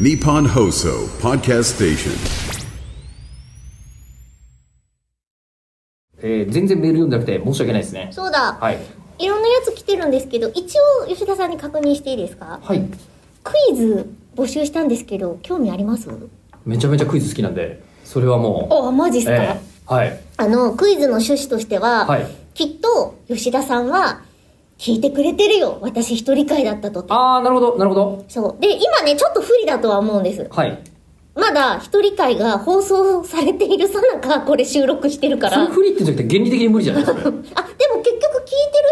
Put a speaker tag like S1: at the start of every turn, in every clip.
S1: Nippon Hoso Podcast Station.
S2: えー全然メール読んでなくて申し訳ないですね
S3: そうだ、
S2: はい
S3: い、ろんなやつ来てるんですけど一応吉田さんに確認していいですか
S2: はい
S3: クイズ募集したんですけど興味あります
S2: めちゃめちゃクイズ好きなんでそれはも
S3: あマジっ
S2: う
S3: すか、
S2: えーはい
S3: あのクイズの趣旨としては、
S2: はい
S3: きっと吉田さんは聞いてくれてるよ私一人会だったとて
S2: ああなるほどなるほど
S3: そうで今ねちょっと不利だとは思うんです
S2: はい
S3: まだ一人会が放送されているさなかこれ収録してるか
S2: それ
S3: ら
S2: 不利ってんじゃなくて原理的に無理じゃないですかそれ
S3: あでも結局聞いてる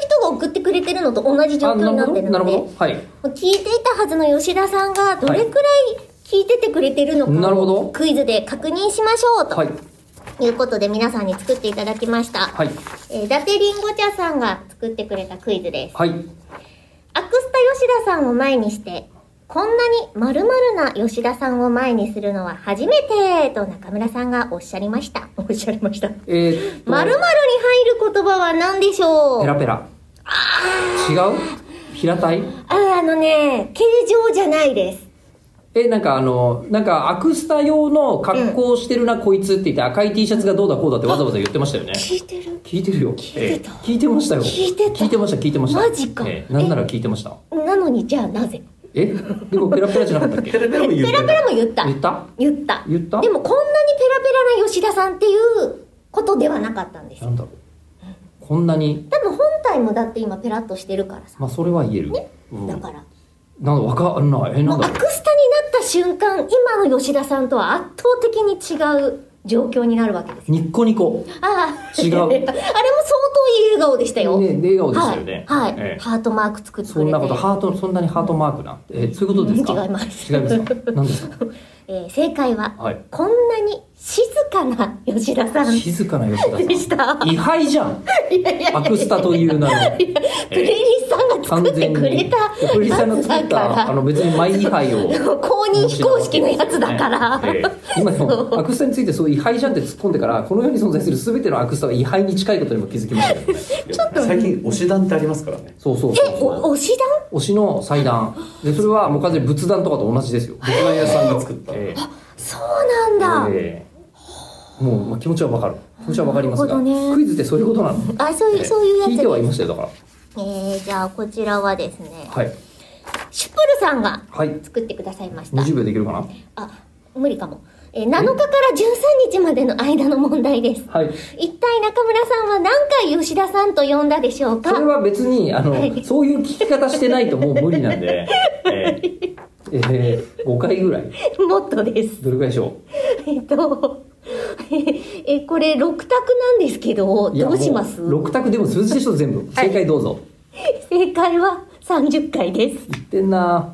S3: 人が送ってくれてるのと同じ 状
S2: あ
S3: 況
S2: な
S3: に
S2: る
S3: な
S2: ほ
S3: って
S2: ど
S3: る
S2: なる
S3: の
S2: ほど
S3: で
S2: はい
S3: 聞いていたはずの吉田さんがどれくらい聞いててくれてるのか
S2: なるほど
S3: をクイズで確認しましょう
S2: はい
S3: ということで皆さんに作っていただきました、
S2: はい
S3: えー伊達りんご茶さんが作ってくれたクイズです
S2: はい
S3: アクスタ吉田さんを前にしてこんなに〇〇な吉田さんを前にするのは初めてと中村さんがおっしゃりました おっしゃりました
S2: えー、っと
S3: 〇〇に入る言葉は何でしょ
S2: ペ
S3: う
S2: ラペラ違う平たい
S3: あーあのね形状じゃないです
S2: えなんかあのなんかアクスタ用の格好をしてるな、こいつって言って赤い T シャツがどうだこうだってわざわざ言ってましたよね
S3: 聞いてる
S2: 聞いてるよ
S3: 聞いてた
S2: ええ聞いてましたよ
S3: 聞いてた
S2: 聞いてました聞いてました
S3: マジか
S2: ええなんなら聞いてました
S3: なのにじゃあなぜ
S2: えでもペラペラじゃなかったっけペラペラも
S3: ペラペラも言った
S2: 言った
S3: 言った
S2: 言った
S3: でもこんなにペラペラな吉田さんっていうことではなかったんです
S2: なんだろうこんなに
S3: 多分本体もだって今ペラッとしてるからさ
S2: まあそれは言える、うん、
S3: だから
S2: なんだわかんないえ
S3: も
S2: な
S3: うん
S2: だ
S3: ア
S2: ろう
S3: クスタになった瞬間今の吉田さんとは圧倒的に違う状況になるわけですよ
S2: ニッコニコ
S3: ああ
S2: 違う
S3: あれも相当いい笑顔でしたよ、
S2: ねで笑顔でしたよね
S3: はい、はい
S2: ええ
S3: ハートマーク作ってく
S2: そ
S3: れて
S2: んなことハートそんなにハートマークなえそういうことですか
S3: 違います
S2: 違いますか何ですか
S3: えー正解は、
S2: はい
S3: こんなに静かな吉田さん
S2: 静かな吉田さん
S3: でした
S2: 位牌じゃん
S3: いやいやいや
S2: アクスタという名の
S3: いや プレイリさんが作ってくれた
S2: プリさんの
S3: やつ
S2: 作
S3: だ
S2: っ
S3: か
S2: たあ
S3: ら
S2: の別にマイ位牌を
S3: 公認非公式のやつだから、
S2: ええ今でもアクスタについてそういう位牌じゃんって突っ込んでからこの世に存在する全てのアクスタは位牌に近いことにも気づきましたよ
S4: 最近推し団ってありますからね
S2: そうそう
S3: え
S2: そうそう
S3: お推し
S2: 推しの祭壇でそれはもう完全に仏壇とかと同じですよ、
S4: 仏壇屋さんが作った、
S2: え
S3: 団そうなんだ、
S2: ええもうまあ気持ちはわかる気持ちはわかります
S3: な
S2: が、
S3: るほどね
S2: クイズってそういうことなのね
S3: あそういうそういうやつ
S2: 聞いてはいましたよだから
S3: えー、じゃあこちらはですね
S2: はい
S3: シュプルさんが
S2: はい
S3: 作ってくださいました
S2: 20秒できるかな
S3: あ無理かも、えー、7日から13日までの間の問題です
S2: はい
S3: 一体中村さんは何回吉田さんと呼んだでしょうか
S2: それは別にあの、
S3: はい
S2: そういう聞き方してないともう無理なん で、ええええ5回ぐらい
S3: もっとです
S2: どれぐらいでしょ
S3: えっと、え、えこれ6択なんですけど、
S2: ういや
S3: どうします
S2: もう6択でも数字でしょ全部
S3: はい
S2: 正解どうぞ、
S3: 正解は30回です。
S2: 言ってんな